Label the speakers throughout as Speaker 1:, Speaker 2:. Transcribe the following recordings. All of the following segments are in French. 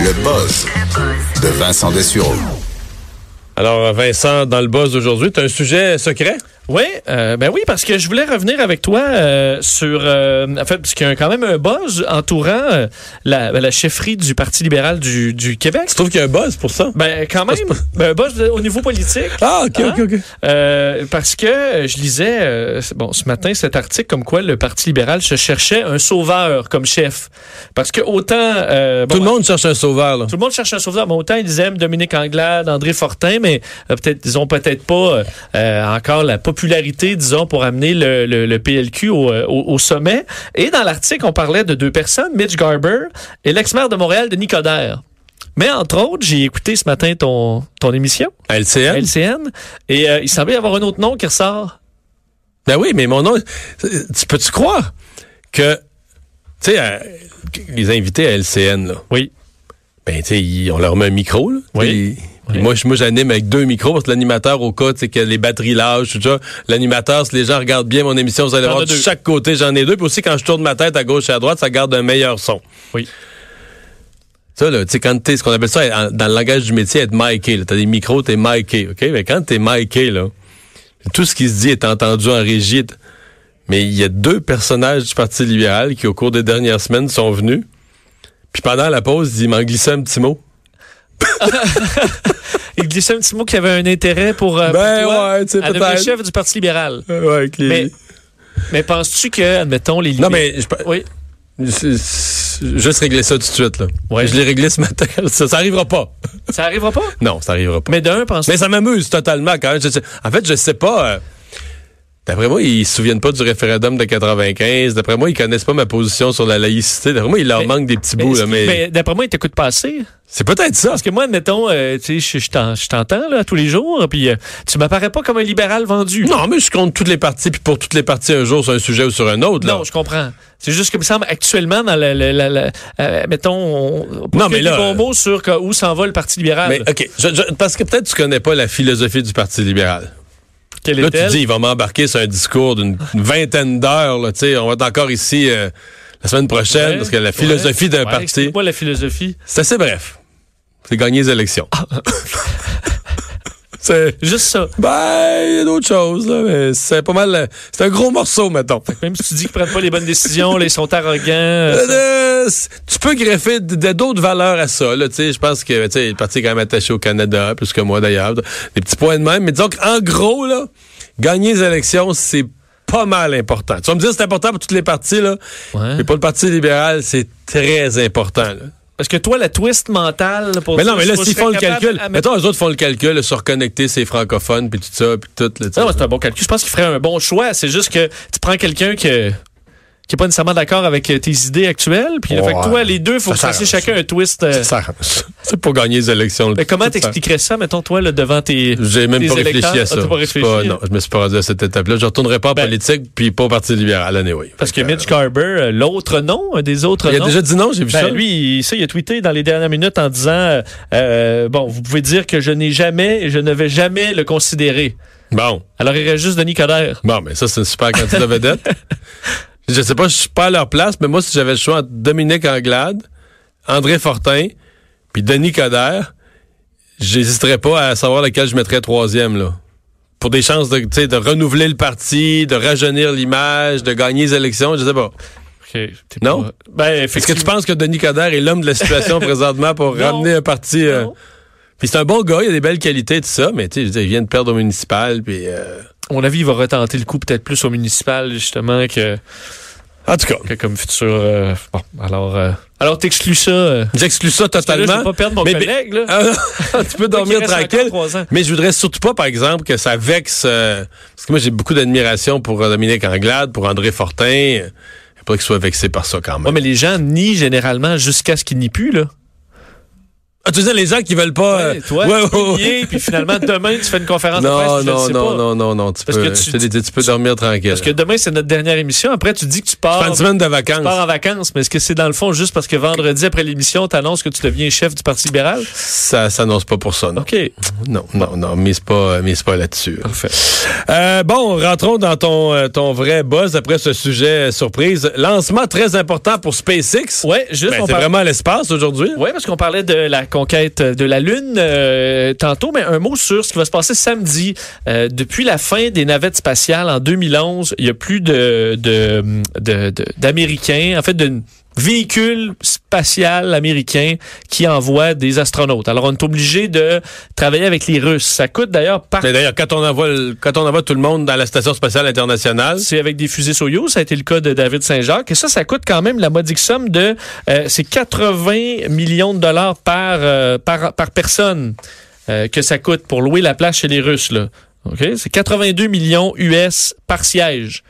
Speaker 1: Le buzz de Vincent Dessureau.
Speaker 2: Alors, Vincent, dans le buzz d'aujourd'hui, tu as un sujet secret?
Speaker 3: Oui, euh, ben oui, parce que je voulais revenir avec toi euh, sur, euh, en fait, parce qu'il y a quand même un buzz entourant euh, la, la chefferie du Parti libéral du, du Québec.
Speaker 2: Tu trouves qu'il y a un buzz pour ça?
Speaker 3: Ben quand même, ben, un buzz de- au niveau politique.
Speaker 2: Ah, ok,
Speaker 3: Hein?
Speaker 2: ok, ok.
Speaker 3: Euh, parce que euh, je lisais euh, c- bon ce matin cet article comme quoi le Parti libéral se cherchait un sauveur comme chef. Parce que autant euh, bon,
Speaker 2: Tout le monde cherche un sauveur, là.
Speaker 3: tout le monde cherche un sauveur. Bon, autant ils aiment Dominique Anglade, André Fortin, mais euh, peut-être ils ont peut-être pas euh, euh, encore la popularité, disons, pour amener le, le- le PLQ au, euh, au- au sommet. Et dans l'article, on parlait de deux personnes, Mitch Garber et l'ex-maire de Montréal, Denis Coderre. Mais entre autres, j'ai écouté ce matin ton, ton émission,
Speaker 2: LCN?
Speaker 3: LCN, et euh, il semblait y avoir un autre nom qui ressort.
Speaker 2: Ben oui, mais mon nom. Tu peux-tu croire que, tu sais, à- les invités à LCN, là,
Speaker 3: Oui.
Speaker 2: ben, tu sais, ils- on leur met un micro, là.
Speaker 3: Oui.
Speaker 2: Puis,
Speaker 3: Oui.
Speaker 2: Moi, je- moi, j'anime avec deux micros parce que l'animateur, au cas tu sais, que les batteries lâchent, tout ça. L'animateur, si les gens regardent bien mon émission, vous allez
Speaker 3: T'en
Speaker 2: voir
Speaker 3: as
Speaker 2: de
Speaker 3: deux.
Speaker 2: chaque côté, j'en ai deux. Puis aussi, quand je tourne ma tête à gauche et à droite, ça garde un meilleur son.
Speaker 3: Oui.
Speaker 2: Ça, là, tu sais, quand t'es, ce qu'on appelle ça en- dans le langage du métier, être miké, là. T'as des micros, t'es miké, OK? Mais quand t'es miké, là, tout ce qui se dit est entendu en régie. Mais il y a deux personnages du Parti libéral qui, au cours des dernières semaines, sont venus. Puis pendant la pause, ils m'en glissaient un petit mot.
Speaker 3: Il glissait un petit mot qui avait un intérêt pour, euh, pour
Speaker 2: Ben
Speaker 3: toi,
Speaker 2: ouais, tu sais,
Speaker 3: à devenir
Speaker 2: peut-être.
Speaker 3: chef du Parti libéral.
Speaker 2: Euh, Ouais, avec les-
Speaker 3: Mais, mais penses-tu que, admettons, les
Speaker 2: Non,
Speaker 3: libéraux-
Speaker 2: mais je, pa-
Speaker 3: Oui.
Speaker 2: c'est- c'est- juste régler ça tout de suite. Là.
Speaker 3: Ouais.
Speaker 2: Je l'ai réglé ce matin. Ça, ça arrivera pas.
Speaker 3: Ça arrivera pas.
Speaker 2: Non, ça arrivera pas.
Speaker 3: Mais d'un, pense
Speaker 2: Mais ça m'amuse totalement quand même. Je sais- en fait, je sais pas. euh, D'après moi, ils se souviennent pas du référendum de 95. D'après moi, ils connaissent pas ma position sur la laïcité. D'après moi, il leur
Speaker 3: Mais-
Speaker 2: manque des petits bouts. là, mais
Speaker 3: mais d'après moi, il t'écoute passer.
Speaker 2: c'est peut-être ça.
Speaker 3: Parce que moi, admettons, euh, tu sais, je- je t'en- je t'entends là, tous les jours, puis euh, tu m'apparais pas comme un libéral vendu.
Speaker 2: Non, mais je compte toutes les parties. Puis pour toutes les parties, un jour sur un sujet ou sur un autre. là.
Speaker 3: Non, je comprends. C'est juste que, il me semble, actuellement, dans la, la- la- la- euh, mettons, on,
Speaker 2: Non, mais
Speaker 3: des
Speaker 2: là,
Speaker 3: bons
Speaker 2: euh,
Speaker 3: mots sur que- où s'en va le Parti libéral.
Speaker 2: Mais ok, Je- je- parce que peut-être tu connais pas la philosophie du Parti libéral.
Speaker 3: Quelle
Speaker 2: Là, tu
Speaker 3: est-elle?
Speaker 2: dis, il va m'embarquer sur un discours d'une vingtaine d'heures. là, tu sais, On va être encore ici euh, la semaine prochaine
Speaker 3: Ouais,
Speaker 2: parce que
Speaker 3: ouais,
Speaker 2: la philosophie d'un
Speaker 3: ouais,
Speaker 2: parti,
Speaker 3: explique-moi la philosophie.
Speaker 2: c'est assez bref. C'est gagner les élections. c'est.
Speaker 3: Juste ça.
Speaker 2: Ben, il y a d'autres choses, là, mais c'est pas mal. euh, C'est un gros morceau, mettons.
Speaker 3: Même si tu dis qu'ils prennent pas les bonnes décisions, là, ils sont arrogants. euh, ça-
Speaker 2: Euh, c- tu peux greffer d- d- d'autres valeurs à ça. là, tu sais, Je pense que tu sais, le parti est quand même attaché au Canada, plus que moi d'ailleurs. Des petits points de même. Mais disons qu'en gros, là, gagner les élections, c'est pas mal important. Tu vas me dire c'est important pour toutes les parties, là.
Speaker 3: Ouais.
Speaker 2: Mais pour le Parti libéral, c'est très important. là.
Speaker 3: Parce que toi, la twist mentale pour
Speaker 2: Mais
Speaker 3: dire,
Speaker 2: non, mais là,
Speaker 3: faut
Speaker 2: s'ils
Speaker 3: se
Speaker 2: font le
Speaker 3: faire capable
Speaker 2: calcul,
Speaker 3: à mettre-
Speaker 2: mettons, eux autres font le calcul là, sur connecter ces francophones, puis tout ça, puis tout. Là, tu sais.
Speaker 3: Non, c'est un bon calcul. Je pense qu'il ferait un bon choix. C'est juste que tu prends quelqu'un que qui est pas nécessairement d'accord avec euh, tes idées actuelles. Puis
Speaker 2: Ouais.
Speaker 3: fait que toi, les deux, faut
Speaker 2: Ça
Speaker 3: que vous fassiez
Speaker 2: s'arrange.
Speaker 3: chacun un twist. euh.
Speaker 2: Ça arrange. c'est pour gagner les élections. là.
Speaker 3: Mais comment
Speaker 2: Ça-
Speaker 3: t'expliquerais ça, mettons, toi, là, devant tes...
Speaker 2: J'ai même
Speaker 3: Des
Speaker 2: pas réfléchi
Speaker 3: électeurs?
Speaker 2: à ça.
Speaker 3: Ah, t'as pas
Speaker 2: Je suis
Speaker 3: réfléchi?
Speaker 2: non, je me suis pas rendu à cette étape-là. Je retournerai pas en
Speaker 3: Ben-
Speaker 2: politique puis pas au Parti libéral, anyway.
Speaker 3: Parce que
Speaker 2: Fait
Speaker 3: Mitch Garber, euh, l'autre nom, un des autres
Speaker 2: Il a
Speaker 3: noms...
Speaker 2: déjà dit non, j'ai vu
Speaker 3: Ben,
Speaker 2: ça.
Speaker 3: lui, il- ça, il a tweeté dans les dernières minutes en disant euh, euh, Bon, vous pouvez dire que je n'ai jamais, je ne vais jamais le considérer.
Speaker 2: Bon.
Speaker 3: Alors, il reste juste Denis Coderre.
Speaker 2: Bon, mais ça, c'est une super candidat de vedette. Je sais pas, je suis pas à leur place, mais moi, si j'avais le choix entre Dominique Anglade, André Fortin, puis Denis Coderre, j'hésiterais pas à savoir lequel je mettrais troisième, là. Pour des chances de, tu sais, de renouveler le parti, de rajeunir l'image, de gagner les élections, je sais pas. Non? pas-
Speaker 3: Ben,
Speaker 2: Est-ce que tu penses que Denis Coderre est l'homme de la situation présentement pour
Speaker 3: Non.
Speaker 2: ramener un parti? euh,
Speaker 3: Non.
Speaker 2: Puis c'est un bon gars, il a des belles qualités, tout ça, mais tu sais, je veux dire, il vient de perdre au municipal, puis... euh,
Speaker 3: À mon avis, il va retenter le coup peut-être plus au municipal, justement, que,
Speaker 2: En tout cas,
Speaker 3: que comme futur. euh, bon, alors, euh, alors t'exclus ça. euh,
Speaker 2: j'exclus ça
Speaker 3: parce que là, je
Speaker 2: totalement.
Speaker 3: vais pas perdre mon
Speaker 2: Mais-
Speaker 3: collègue, là.
Speaker 2: Ah, non, tu
Speaker 3: Toi qui
Speaker 2: peux dormir
Speaker 3: reste encore
Speaker 2: tranquille.
Speaker 3: trois ans.
Speaker 2: Mais je voudrais surtout pas, par exemple, que ça vexe... euh, parce que moi, j'ai beaucoup d'admiration pour euh, Dominique Anglade, pour André Fortin. euh, Pas qu'il soit vexé par ça, quand même.
Speaker 3: Ouais, mais les gens nient généralement jusqu'à ce qu'ils n'y puent, là.
Speaker 2: Ah, tu disais les gens qui veulent pas. euh,
Speaker 3: Ouais, toi,
Speaker 2: ouais,
Speaker 3: tu
Speaker 2: ouais,
Speaker 3: peux
Speaker 2: ouais.
Speaker 3: nier, puis finalement, demain, tu fais une conférence de presse,
Speaker 2: Non,
Speaker 3: puis je le
Speaker 2: non,
Speaker 3: sais
Speaker 2: non,
Speaker 3: pas.
Speaker 2: non, non, non. Tu
Speaker 3: Parce
Speaker 2: peux,
Speaker 3: que tu-
Speaker 2: je te dis, tu peux dormir tranquille.
Speaker 3: Parce que demain, c'est notre dernière émission. Après, tu dis que tu pars,
Speaker 2: Pas une semaine de
Speaker 3: tu
Speaker 2: vacances.
Speaker 3: pars en vacances, mais est-ce que c'est dans le fond juste parce que vendredi, après l'émission, t'annonces que tu deviens chef du Parti libéral?
Speaker 2: Ça s'annonce pas pour ça, non.
Speaker 3: OK.
Speaker 2: Non, non, non, mise pas, mise pas là-dessus. Euh, bon, rentrons dans ton, euh, ton vrai buzz après ce sujet euh, surprise. Lancement très important pour SpaceX.
Speaker 3: Ouais, juste,
Speaker 2: Ben,
Speaker 3: on
Speaker 2: c'est
Speaker 3: parle-
Speaker 2: vraiment l'espace aujourd'hui.
Speaker 3: Oui, parce qu'on parlait de la conquête de la Lune euh, tantôt, mais un mot sur ce qui va se passer samedi. Euh, depuis la fin des navettes spatiales en 2011, il y a plus de de- de- de- d'Américains, en fait, de véhicules spatial américains qui envoient des astronautes. Alors, on est obligé de travailler avec les Russes. Ça coûte d'ailleurs par...
Speaker 2: Mais d'ailleurs, quand on envoie le- quand on envoie tout le monde dans la station spatiale internationale,
Speaker 3: C'est avec des fusées Soyuz, ça a été le cas de David Saint-Jacques. Et ça, ça coûte quand même la modique somme de euh, c'est 80 millions de dollars par, euh, par, par personne euh, que ça coûte pour louer la place chez les Russes. Là. OK? C'est 82 millions US par siège.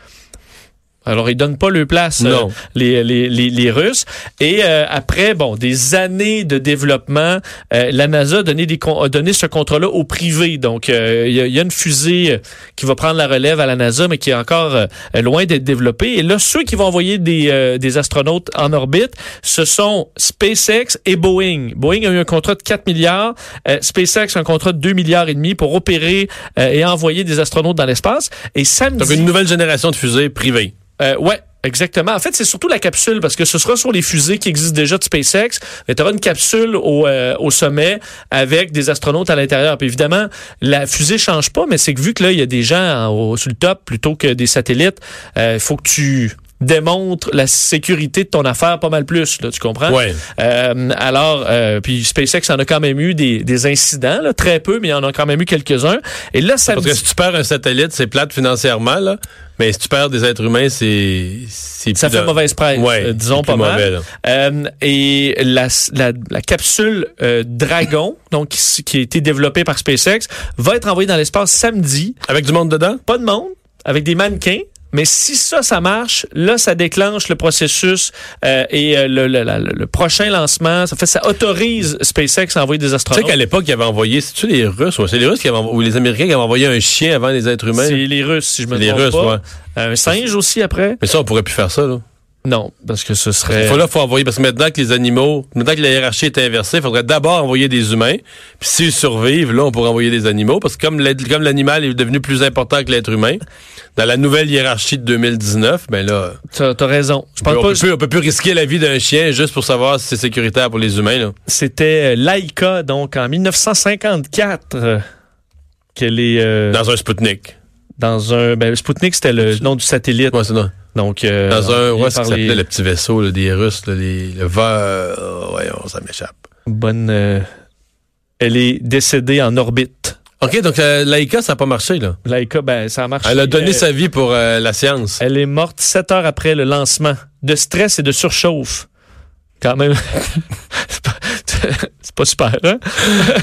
Speaker 3: Alors, ils donnent pas leur place, euh,
Speaker 2: Non.
Speaker 3: les, les, les, les Russes. Et euh, après, bon, des années de développement, euh, la NASA a donné, des con- a donné ce contrat-là au privé. Donc, euh, il y, a- il y a une fusée euh, qui va prendre la relève à la NASA, mais qui est encore euh, loin d'être développée. Et là, ceux qui vont envoyer des, euh, des astronautes en orbite, ce sont SpaceX et Boeing. Boeing a eu un contrat de 4 milliards, euh, SpaceX un contrat de 2 milliards et demi pour opérer euh, et envoyer des astronautes dans l'espace. Et
Speaker 2: donc
Speaker 3: samedi...
Speaker 2: une nouvelle génération de fusées privées.
Speaker 3: Euh, ouais. Exactement. En fait, c'est surtout la capsule parce que ce sera sur les fusées qui existent déjà de SpaceX. Mais tu auras une capsule au, euh, au sommet avec des astronautes à l'intérieur. Puis évidemment, la fusée change pas, mais c'est que vu que là, il y a des gens en- au, sur le top plutôt que des satellites, il faut que tu démontres la sécurité de ton affaire pas mal plus. Là, tu comprends?
Speaker 2: Ouais.
Speaker 3: Euh, alors, euh, puis SpaceX en a quand même eu des, des incidents, là, très peu, mais il en a quand même eu quelques-uns. Et là, ça
Speaker 2: Parce que si tu perds un satellite, c'est plate financièrement, là. Mais si tu perds des êtres humains, c'est. c'est
Speaker 3: Ça
Speaker 2: plus
Speaker 3: fait
Speaker 2: de-
Speaker 3: mauvaise presse,
Speaker 2: Ouais,
Speaker 3: euh, disons
Speaker 2: c'est
Speaker 3: pas
Speaker 2: plus
Speaker 3: mal.
Speaker 2: mauvais, là.
Speaker 3: Euh, et la, la- la capsule euh, Dragon, donc qui, s- qui a été développée par SpaceX, va être envoyée dans l'espace samedi.
Speaker 2: Avec du monde dedans?
Speaker 3: Pas de monde, avec des mannequins. Mais si ça, ça marche, là, ça déclenche le processus euh, et euh, le, le- la- le- le prochain lancement. Ça fait, ça autorise SpaceX à envoyer des
Speaker 2: Tu sais
Speaker 3: astronautes.
Speaker 2: qu'à l'époque, ils avaient envoyé, c'est-tu les Russes? ou c'est les Russes qui avaient, envo- ou les Américains qui avaient envoyé un chien avant les êtres humains.
Speaker 3: C'est les Russes, si je me
Speaker 2: Les
Speaker 3: trompe
Speaker 2: Russes,
Speaker 3: pas. Euh,
Speaker 2: ouais.
Speaker 3: Un singe aussi après?
Speaker 2: Mais ça, on pourrait plus faire ça, là.
Speaker 3: Non, parce que ce serait...
Speaker 2: Il faut là, faut envoyer, parce que maintenant que les animaux, maintenant que la hiérarchie est inversée, il faudrait d'abord envoyer des humains, puis s'ils survivent, là, on pourrait envoyer des animaux, parce que comme l'être- comme l'animal est devenu plus important que l'être humain, dans la nouvelle hiérarchie de 2019, ben là,
Speaker 3: T'as t'as raison. Je pense
Speaker 2: on,
Speaker 3: pas...
Speaker 2: peut plus, on peut plus risquer la vie d'un chien juste pour savoir si c'est sécuritaire pour les humains, là.
Speaker 3: C'était euh, Laika, donc en 1954, euh, qu'elle est euh,
Speaker 2: Dans un Sputnik.
Speaker 3: dans un. Ben, Sputnik, c'était le nom du satellite.
Speaker 2: Ouais, c'est dans,
Speaker 3: Donc, euh,
Speaker 2: dans un,
Speaker 3: envoyé
Speaker 2: ouais, c'est
Speaker 3: par
Speaker 2: ce qu'ils
Speaker 3: les
Speaker 2: appelaient le petit vaisseau, là, des Russes, là, les, le va, ouais, ça m'échappe.
Speaker 3: bonnes, euh, elle est décédée en orbite.
Speaker 2: OK, donc euh, Laïka, ça n'a pas marché, là.
Speaker 3: Laika, ben, ça a marché.
Speaker 2: Elle a donné
Speaker 3: elle,
Speaker 2: sa vie pour euh, la science.
Speaker 3: elle est morte sept heures après le lancement, de stress et de surchauffe. Quand même. C'est pas- c'est pas super, hein?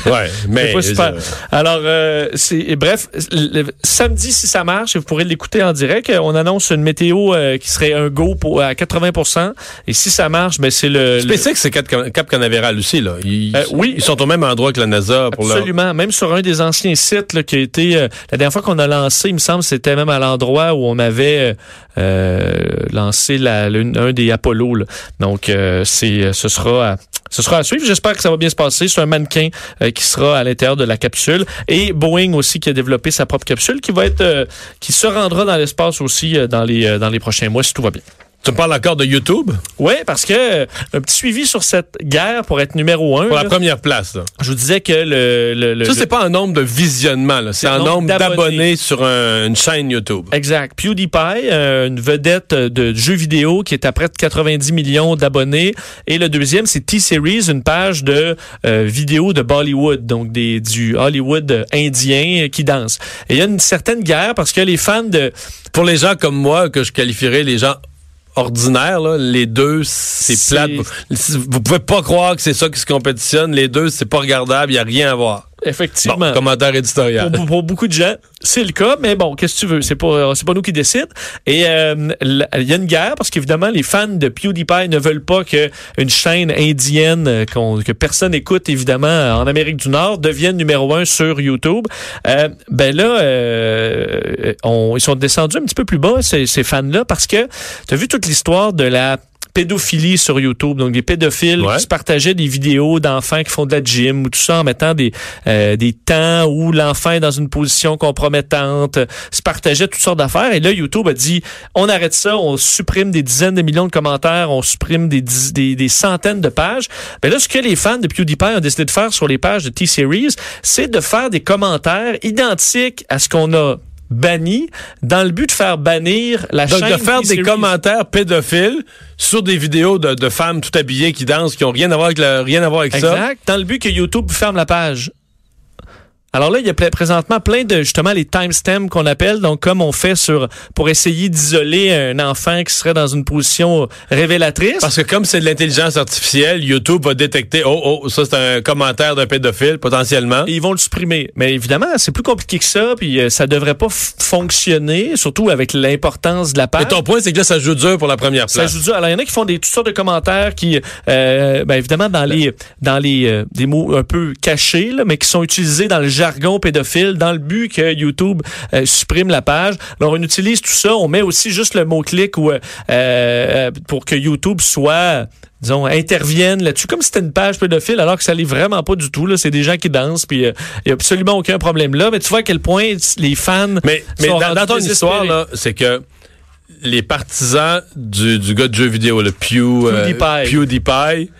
Speaker 2: ouais, mais.
Speaker 3: C'est pas super.
Speaker 2: euh,
Speaker 3: Alors, euh, c'est- et bref, le- le- samedi, si ça marche, vous pourrez l'écouter en direct. euh, On annonce une météo euh, qui serait un go pour, à 80 Et si ça marche, ben, c'est le. le-
Speaker 2: SpaceX, c'est Cap Can- Cap Canaveral aussi, là. Ils,
Speaker 3: Euh, oui.
Speaker 2: Ils sont au même endroit que la NASA pour leur.
Speaker 3: Absolument. Même sur un des anciens sites là, qui a été euh, la dernière fois qu'on a lancé, il me semble, c'était même à l'endroit où on avait euh, euh, lancé la, l'une- un des Apollo. là. Donc, euh, c'est euh, ce sera à, ce sera à suivre. J'espère que ça va bien se passer. C'est un mannequin euh, qui sera à l'intérieur de la capsule et Boeing aussi qui a développé sa propre capsule qui va être euh, qui se rendra dans l'espace aussi euh, dans les euh, dans les prochains mois si tout va bien.
Speaker 2: Tu me parles encore de YouTube?
Speaker 3: Oui, parce que euh, un petit suivi sur cette guerre pour être numéro un.
Speaker 2: Pour la
Speaker 3: là.
Speaker 2: première place, là.
Speaker 3: je vous disais que le, le, le-
Speaker 2: Ça, c'est pas un nombre de visionnements, là. C'est un nombre d'abonnés sur un- une chaîne YouTube.
Speaker 3: Exact. PewDiePie, euh, une vedette euh, de jeux vidéo qui est à près de 90 millions d'abonnés. Et le deuxième, c'est T-Series, une page de euh, vidéos de Bollywood, donc des, du Hollywood euh, indien euh, qui danse. Et il y a une certaine guerre parce que les fans de...
Speaker 2: Pour les gens comme moi, que je qualifierais les gens ordinaires, là, les deux, c'est
Speaker 3: C'est-
Speaker 2: plate. Vous pouvez pas croire que c'est ça qui se compétitionne. Les deux, c'est pas regardable. Il y a rien à voir.
Speaker 3: Effectivement.
Speaker 2: Bon, commentaire éditorial.
Speaker 3: Pour, pour- pour beaucoup de gens, c'est le cas, mais bon, qu'est-ce que tu veux? C'est pas, euh, c'est pas nous qui décide. Et euh, la- il y a une guerre parce qu'évidemment, les fans de PewDiePie ne veulent pas que une chaîne indienne euh, qu'on- que personne écoute, évidemment, en Amérique du Nord, devienne numéro un sur YouTube. Euh, ben là, euh, on- ils sont descendus un petit peu plus bas, ces, ces fans-là, parce que tu as vu toute l'histoire de la pédophilie sur YouTube, donc des pédophiles
Speaker 2: Ouais.
Speaker 3: qui se partageaient des vidéos d'enfants qui font de la gym ou tout ça en mettant des euh, des temps où l'enfant est dans une position compromettante, euh, se partageait toutes sortes d'affaires et là YouTube a dit on arrête ça, on supprime des dizaines de millions de commentaires, on supprime des diz- des, des centaines de pages. Mais là ce que les fans de PewDiePie ont décidé de faire sur les pages de T-Series, c'est de faire des commentaires identiques à ce qu'on a banni dans le but de faire bannir la
Speaker 2: Donc,
Speaker 3: chaîne
Speaker 2: de faire des
Speaker 3: T-Series.
Speaker 2: commentaires pédophiles sur des vidéos de, de femmes tout habillées qui dansent, qui n'ont rien à voir avec, la- rien à voir avec ça.
Speaker 3: Exact. Dans le but que YouTube ferme la page. Alors là, il y a ple- présentement plein de justement les timestamps qu'on appelle, donc comme on fait sur pour essayer d'isoler un enfant qui serait dans une position révélatrice.
Speaker 2: Parce que comme c'est de l'intelligence artificielle, YouTube va détecter, oh, oh, ça c'est un commentaire d'un pédophile, potentiellement.
Speaker 3: Et ils vont le supprimer. Mais évidemment, c'est plus compliqué que ça, puis euh, ça devrait pas f- fonctionner, surtout avec l'importance de la page.
Speaker 2: Et ton point, c'est que là, ça joue dur pour la première
Speaker 3: Ça
Speaker 2: place.
Speaker 3: joue dur. Alors, il y en a qui font des toutes sortes de commentaires qui, euh, ben, évidemment, dans les, dans les, euh, des mots un peu cachés, là, mais qui sont utilisés dans le jargon pédophile, dans le but que YouTube euh, supprime la page. Alors, on utilise tout ça. On met aussi juste le mot-clic ou euh, euh, pour que YouTube soit disons, intervienne là-dessus, comme si c'était une page pédophile, alors que ça l'est vraiment pas du tout. Là. C'est des gens qui dansent, puis euh, il y a absolument aucun problème là. Mais tu vois à quel point les fans...
Speaker 2: Mais, mais
Speaker 3: sont
Speaker 2: dans, dans ton
Speaker 3: rendus
Speaker 2: histoire,
Speaker 3: désespérés.
Speaker 2: là, c'est que les partisans du, du gars de jeux vidéo, le Pew, euh,
Speaker 3: PewDiePie.
Speaker 2: PewDiePie,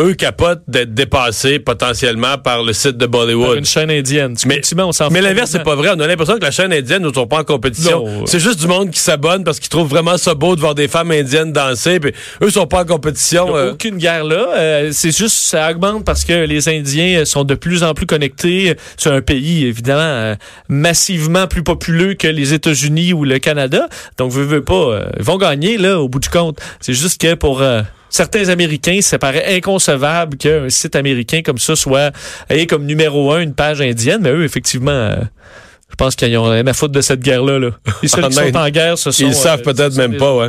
Speaker 2: eux capotent d'être dépassés potentiellement par le site de
Speaker 3: par
Speaker 2: Bollywood.
Speaker 3: une chaîne indienne. Tu-
Speaker 2: Mais-
Speaker 3: effectivement, on s'en
Speaker 2: Mais
Speaker 3: fout
Speaker 2: l'inverse, c'est
Speaker 3: complètement.
Speaker 2: pas vrai. On a l'impression que la chaîne indienne ne sont pas en compétition.
Speaker 3: Non.
Speaker 2: C'est juste du monde qui s'abonne parce qu'ils trouvent vraiment ça beau de voir des femmes indiennes danser. Puis eux sont pas en compétition.
Speaker 3: Il y a
Speaker 2: euh.
Speaker 3: aucune guerre là. Euh, c'est juste ça augmente parce que les Indiens euh, sont de plus en plus connectés. C'est un pays évidemment euh, massivement plus populeux que les États-Unis ou le Canada. Donc veux, veux pas, euh, ils vont gagner là au bout du compte. C'est juste que pour euh, certains Américains, ça paraît inconcevable qu'un site américain comme ça soit ait comme numéro un une page indienne. Mais eux effectivement. euh, je pense qu'ils ont rien à foutre de cette guerre-là. Là. Les seuls
Speaker 2: En
Speaker 3: qui sont
Speaker 2: Inde.
Speaker 3: en guerre, ce sont...
Speaker 2: Ah, ben, Ils
Speaker 3: euh,
Speaker 2: le savent peut-être
Speaker 3: ce sont
Speaker 2: même
Speaker 3: les
Speaker 2: pas, ouais.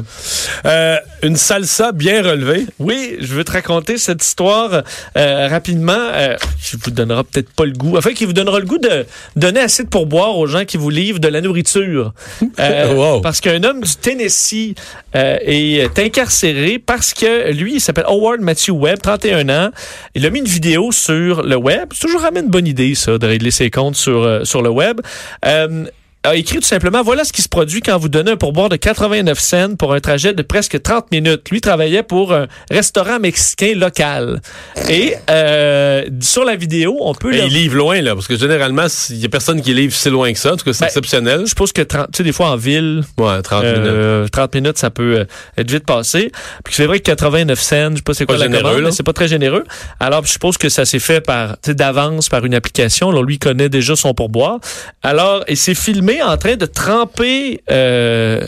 Speaker 2: Euh, une salsa bien relevée.
Speaker 3: oui, je veux te raconter cette histoire euh, rapidement. Euh, qui vous donnera peut-être pas le goût. Enfin, qui vous donnera le goût de donner assez de pourboire aux gens qui vous livrent de la nourriture. Euh,
Speaker 2: Wow.
Speaker 3: Parce qu'un homme du Tennessee euh, est incarcéré parce que lui, il s'appelle Howard Matthew Webb, 31 ans. Il a mis une vidéo sur le web. C'est toujours jamais une bonne idée, ça, de régler ses comptes sur, euh, sur le web. Euh, a écrit tout simplement voilà ce qui se produit quand vous donnez un pourboire de 89 cents pour un trajet de presque 30 minutes. Lui travaillait pour un restaurant mexicain local. Et euh, sur la vidéo, on peut
Speaker 2: Mais
Speaker 3: le
Speaker 2: ils livrent loin, là, parce que généralement, il n'y a personne qui livre si loin que ça. En tout cas, c'est
Speaker 3: Ben,
Speaker 2: exceptionnel.
Speaker 3: je suppose que 30, tu sais des fois en ville
Speaker 2: Ouais, 30 minutes.
Speaker 3: euh, 30 minutes, ça peut euh, être vite passé. Puis c'est vrai que 89 cents, je sais pas c'est quoi
Speaker 2: Pas
Speaker 3: la
Speaker 2: généreux,
Speaker 3: commande,
Speaker 2: là.
Speaker 3: mais c'est pas très généreux. Alors, je suppose que ça s'est fait par tu sais, d'avance par une application. Là, lui il connaît déjà son pourboire. Alors, il s'est filmé en train de tremper euh,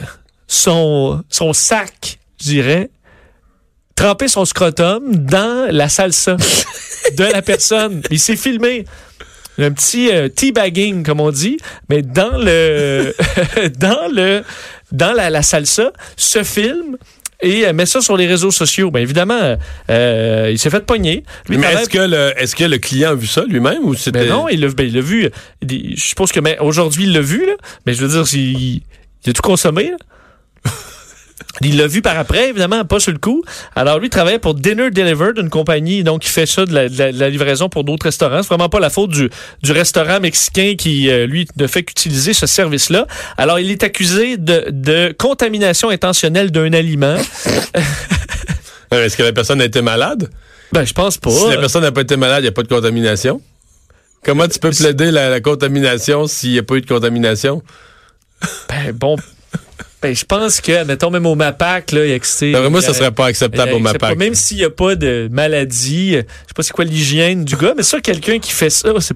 Speaker 3: son son sac, je dirais, tremper son scrotum dans la salsa de la personne. Il s'est filmé. Un petit euh, teabagging, comme on dit, mais dans le dans le dans la, la salsa, se filme et euh, met ça sur les réseaux sociaux. Bien évidemment, euh, il s'est fait pogner. Lui,
Speaker 2: mais
Speaker 3: travaille-
Speaker 2: est-ce que, le, est-ce que le client a vu ça lui-même ou c'était.
Speaker 3: ben non, il l'a ben, il l'a vu. Il- je suppose que ben, aujourd'hui, il l'a vu, là. Mais je veux dire, il, il a tout consommé, là. Il l'a vu par après, évidemment, pas sur le coup. Alors, lui, il travaillait pour Dinner Delivered, une compagnie donc qui fait ça de la, de la- de la livraison pour d'autres restaurants. C'est vraiment pas la faute du, du restaurant mexicain qui, euh, lui, ne fait qu'utiliser ce service-là. Alors, il est accusé de, de contamination intentionnelle d'un aliment.
Speaker 2: Euh, Est-ce que la personne a été malade?
Speaker 3: Ben, je pense pas.
Speaker 2: Si la personne n'a pas été malade, il n'y a pas de contamination. Comment tu peux plaider la, la contamination s'il n'y a pas eu de contamination?
Speaker 3: Ben, bon. Ben, je pense que, mettons, même au MAPAC, là, il y a que c'est-
Speaker 2: D'après Ben, moi, ça
Speaker 3: il y a-
Speaker 2: serait pas acceptable
Speaker 3: Euh,
Speaker 2: au
Speaker 3: c'est pas-
Speaker 2: MAPAC.
Speaker 3: Même s'il n'y a pas de maladie, euh, je sais pas c'est quoi l'hygiène du gars, mais ça, quelqu'un qui fait ça, c'est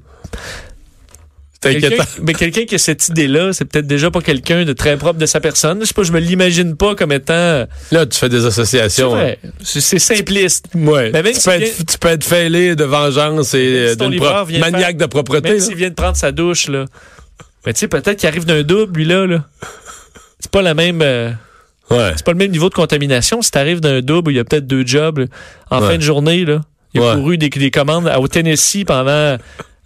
Speaker 2: C'est
Speaker 3: Quelqu'un-
Speaker 2: inquiétant.
Speaker 3: mais quelqu'un qui a cette idée-là, c'est peut-être déjà pas quelqu'un de très propre de sa personne. Je sais pas, je me l'imagine pas comme étant.
Speaker 2: Là, tu fais des
Speaker 3: C'est
Speaker 2: associations.
Speaker 3: vrai. C'est c'est simpliste.
Speaker 2: hein. Ouais.
Speaker 3: Mais même
Speaker 2: tu,
Speaker 3: si
Speaker 2: peux
Speaker 3: tu
Speaker 2: être, tu peux être fêlé de vengeance
Speaker 3: Même
Speaker 2: et
Speaker 3: si ton
Speaker 2: d'une
Speaker 3: livreur vient
Speaker 2: maniaque
Speaker 3: faire-
Speaker 2: de propreté.
Speaker 3: Même
Speaker 2: là.
Speaker 3: s'il vient de prendre sa douche, là. Mais tu sais, peut-être qu'il arrive d'un double, lui-là, là. C'est pas la même. euh,
Speaker 2: Ouais.
Speaker 3: c'est pas le même niveau de contamination. Si t'arrives d'un double, il y a peut-être deux jobs. là. En
Speaker 2: Ouais.
Speaker 3: fin de journée, là, il a
Speaker 2: Ouais.
Speaker 3: couru des, des commandes à- au Tennessee pendant,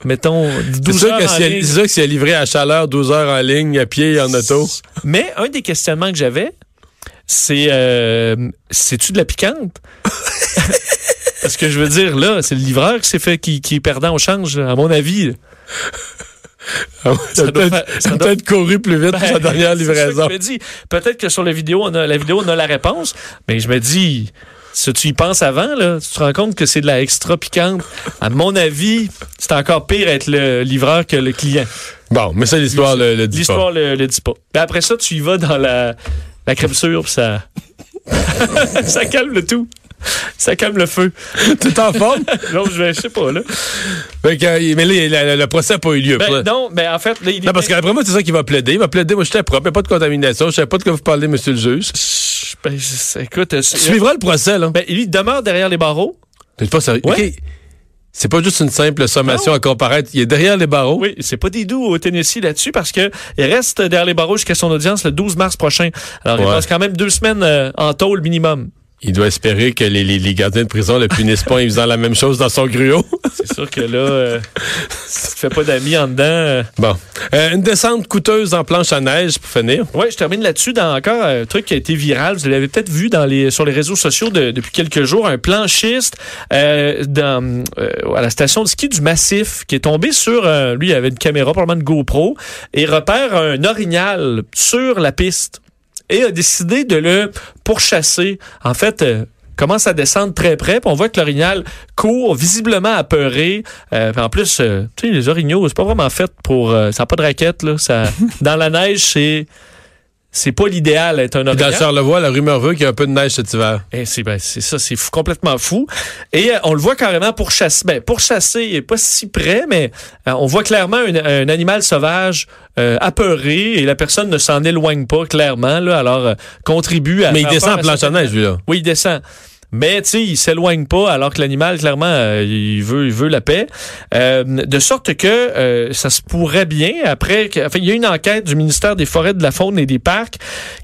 Speaker 3: mettons,
Speaker 2: C'est
Speaker 3: 12
Speaker 2: sûr
Speaker 3: heures.
Speaker 2: que
Speaker 3: en
Speaker 2: si elle-
Speaker 3: ligne.
Speaker 2: c'est sûr que si elle est livrée à chaleur 12 heures en ligne, à pied et en auto.
Speaker 3: Mais un des questionnements que j'avais, c'est euh, c'est-tu de la piquante? Parce que je veux dire, là, c'est le livreur qui s'est fait qui, qui est perdant au change, à mon avis.
Speaker 2: Ah ouais,
Speaker 3: Ça
Speaker 2: Elle a
Speaker 3: doit
Speaker 2: peut-être
Speaker 3: faire- ça
Speaker 2: elle a
Speaker 3: doit-
Speaker 2: peut-être couru plus vite pour sa
Speaker 3: Ben,
Speaker 2: dernière
Speaker 3: c'est ça que
Speaker 2: livraison.
Speaker 3: je me dis. Peut-être que sur la vidéo, on a, la vidéo, on a la réponse, mais je me dis, si tu y penses avant, là, tu te rends compte que c'est de la extra piquante. À mon avis, c'est encore pire être le livreur que le client.
Speaker 2: Bon, mais ça, l'histoire le, le dit pas.
Speaker 3: L'histoire le, le dit pas. Ben, après ça, tu y vas dans la, la crème sûre, puis ça. ça calme le tout. Ça calme le feu.
Speaker 2: Tout en forme?
Speaker 3: Non, je vais- je sais pas, là.
Speaker 2: Fait que, euh, mais là, il- le, le- le procès n'a pas eu lieu. Pour
Speaker 3: Ben,
Speaker 2: ça.
Speaker 3: non, mais en fait, là, il
Speaker 2: Non, parce qu'après moi, c'est ça qu'il va plaider. Il va plaider, moi, j'étais propre, il n'y a pas de contamination, je ne savais pas de quoi vous parlez, monsieur le juge.
Speaker 3: Chut, ben, je- écoute, euh,
Speaker 2: Tu suivras le procès, là.
Speaker 3: ben, lui, il demeure derrière les barreaux.
Speaker 2: T'es pas sérieux.
Speaker 3: Ouais.
Speaker 2: OK. C'est pas juste une simple sommation
Speaker 3: Non.
Speaker 2: à comparaître. Il est derrière les barreaux.
Speaker 3: Oui, c'est pas des doux au Tennessee là-dessus parce que il reste derrière les barreaux jusqu'à son audience le 12 mars prochain. Alors, il
Speaker 2: Ouais.
Speaker 3: passe quand même deux semaines euh, en tôle minimum.
Speaker 2: Il doit espérer que les, les- les gardiens de prison le punissent pas en faisant la même chose dans son gruau.
Speaker 3: C'est sûr que là, euh, si tu te fais pas d'amis en dedans. euh,
Speaker 2: Bon. Euh, une descente coûteuse en planche à neige, pour finir.
Speaker 3: Ouais, je termine là-dessus dans encore un truc qui a été viral. Vous l'avez peut-être vu dans les, sur les réseaux sociaux de- depuis quelques jours, un planchiste euh, dans, euh, à la station de ski du Massif qui est tombé sur, euh, lui, il avait une caméra, probablement une GoPro, et repère un orignal sur la piste et a décidé de le pourchasser. En fait, euh, commence à descendre très près, puis on voit que l'orignal court, visiblement apeuré. Euh, puis en plus, euh, tu sais, les orignaux, c'est pas vraiment fait pour... euh, ça n'a pas de raquette, là. Ça, dans la neige, c'est... C'est pas l'idéal d'être un
Speaker 2: Puis dans
Speaker 3: orignal.
Speaker 2: Charlevoix, la rumeur veut qu'il y a un peu de neige cet hiver.
Speaker 3: Eh, c'est ben, c'est ça, c'est fou- complètement fou. Et euh, on le voit carrément pour chasser. Ben, pour chasser, il est pas si près, mais euh, on voit clairement un, un animal sauvage euh, apeuré et la personne ne s'en éloigne pas clairement. Là, alors, euh, contribue à.
Speaker 2: Mais il
Speaker 3: faire
Speaker 2: descend en
Speaker 3: peur à
Speaker 2: planche à
Speaker 3: cet
Speaker 2: neige, lui, là.
Speaker 3: oui, il descend. Mais tu sais, il s'éloigne pas alors que l'animal, clairement, euh, il veut, il veut la paix. Euh, de sorte que euh, ça se pourrait bien après. que- enfin, il y a une enquête du ministère des Forêts, de la Faune et des Parcs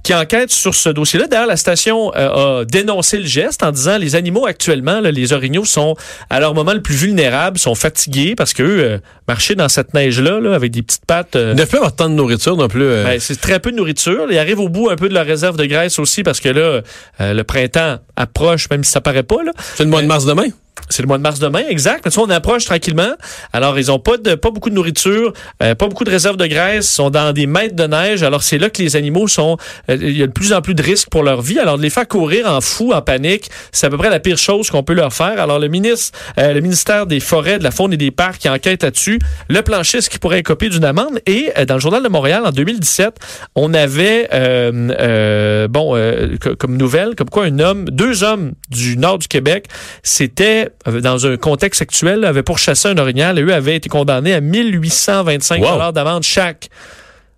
Speaker 3: qui enquête sur ce dossier-là. D'ailleurs, la station euh, a dénoncé le geste en disant les animaux actuellement, là, les orignaux sont à leur moment le plus vulnérable, sont fatigués parce que eux, euh, marcher dans cette neige-là, là, avec des petites pattes. euh,
Speaker 2: Il ne peut pas avoir tant de nourriture non plus. euh.
Speaker 3: ben, c'est très peu de nourriture. Ils arrivent au bout un peu de leur réserve de graisse aussi parce que là, euh, le printemps approche, même si ça paraît pas. Là.
Speaker 2: c'est le mois
Speaker 3: ben,
Speaker 2: de mars demain.
Speaker 3: C'est le mois de mars demain, exact. Mais tu vois, on approche tranquillement. Alors, ils ont pas, de, pas beaucoup de nourriture, euh, pas beaucoup de réserve de graisse, ils sont dans des mètres de neige. Alors, c'est là que les animaux sont... euh, il y a de plus en plus de risques pour leur vie. Alors, de les faire courir en fou, en panique, c'est à peu près la pire chose qu'on peut leur faire. Alors, le ministre, euh, le ministère des Forêts, de la Faune et des Parcs qui enquête là-dessus, le planchiste qui pourrait copier d'une amende. Et euh, dans le Journal de Montréal, en 2017, on avait, euh, euh, bon, euh, co- comme nouvelle, comme quoi un homme, deux hommes du nord du Québec c'était, euh, dans un contexte actuel, là, avait pourchassé un orignal et eux avaient été condamnés à 1825
Speaker 2: Wow.
Speaker 3: dollars d'amende chaque.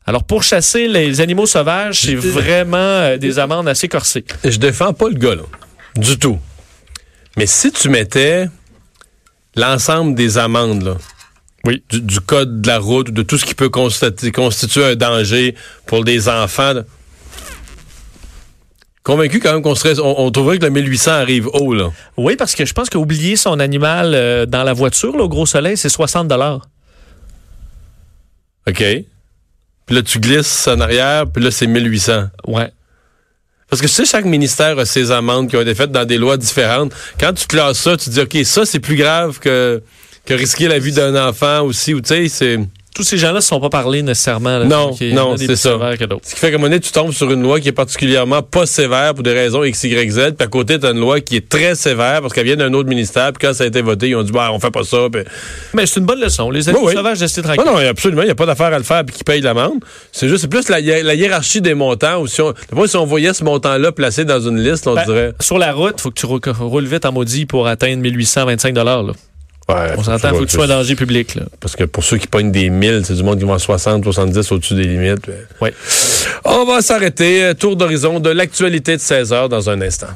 Speaker 3: Alors, pourchasser les animaux sauvages, c'est vraiment euh, des amendes assez corsées.
Speaker 2: Je défends pas le gars, là. Du tout. Mais si tu mettais l'ensemble des amendes, là,
Speaker 3: Oui.
Speaker 2: du, du code de la route, de tout ce qui peut constater- constituer un danger pour des enfants, là, convaincu quand même qu'on serait, on, on trouverait que le 1800 arrive haut, là.
Speaker 3: Oui, parce que je pense qu'oublier son animal euh, dans la voiture, là, au gros soleil, c'est 60 dollars.
Speaker 2: OK? Puis là, tu glisses en arrière, puis là, c'est 1800.
Speaker 3: Ouais.
Speaker 2: Parce que tu sais, chaque ministère a ses amendes qui ont été faites dans des lois différentes. Quand tu classes ça, tu dis, OK, ça, c'est plus grave que, que risquer la vie d'un enfant aussi, ou tu sais, c'est...
Speaker 3: Tous ces gens-là ne se sont pas parlés nécessairement. là.
Speaker 2: Non,
Speaker 3: Donc, il y en a
Speaker 2: non,
Speaker 3: des
Speaker 2: c'est
Speaker 3: plus
Speaker 2: ça.
Speaker 3: sévères que d'autres.
Speaker 2: Ce qui fait qu'à un moment donné, tu tombes sur une loi qui est particulièrement pas sévère pour des raisons X, Y, Z, puis à côté, t'as une loi qui est très sévère parce qu'elle vient d'un autre ministère, puis quand ça a été voté, ils ont dit, bah, on fait pas ça, puis...
Speaker 3: Mais c'est une bonne leçon. Les animaux
Speaker 2: Oui, oui.
Speaker 3: sauvages, restez tranquilles.
Speaker 2: Non, non, absolument, il n'y a pas d'affaire à le faire, puis qui paye l'amende. C'est juste, c'est plus la, hi- la hiérarchie des montants, ou si on... des fois, si on voyait ce montant-là placé dans une liste, on
Speaker 3: Ben,
Speaker 2: dirait...
Speaker 3: Sur la route, faut que tu rou- roules vite en maudit pour atteindre 1825 dollars.
Speaker 2: Ouais,
Speaker 3: On s'entend, il faut que tu sois un danger public. Là.
Speaker 2: Parce que pour ceux qui pognent des 1000, c'est du monde qui va en 60, 70 au-dessus des limites.
Speaker 3: Ouais.
Speaker 2: Euh, On va s'arrêter. Tour d'horizon de l'actualité de 16 heures dans un instant.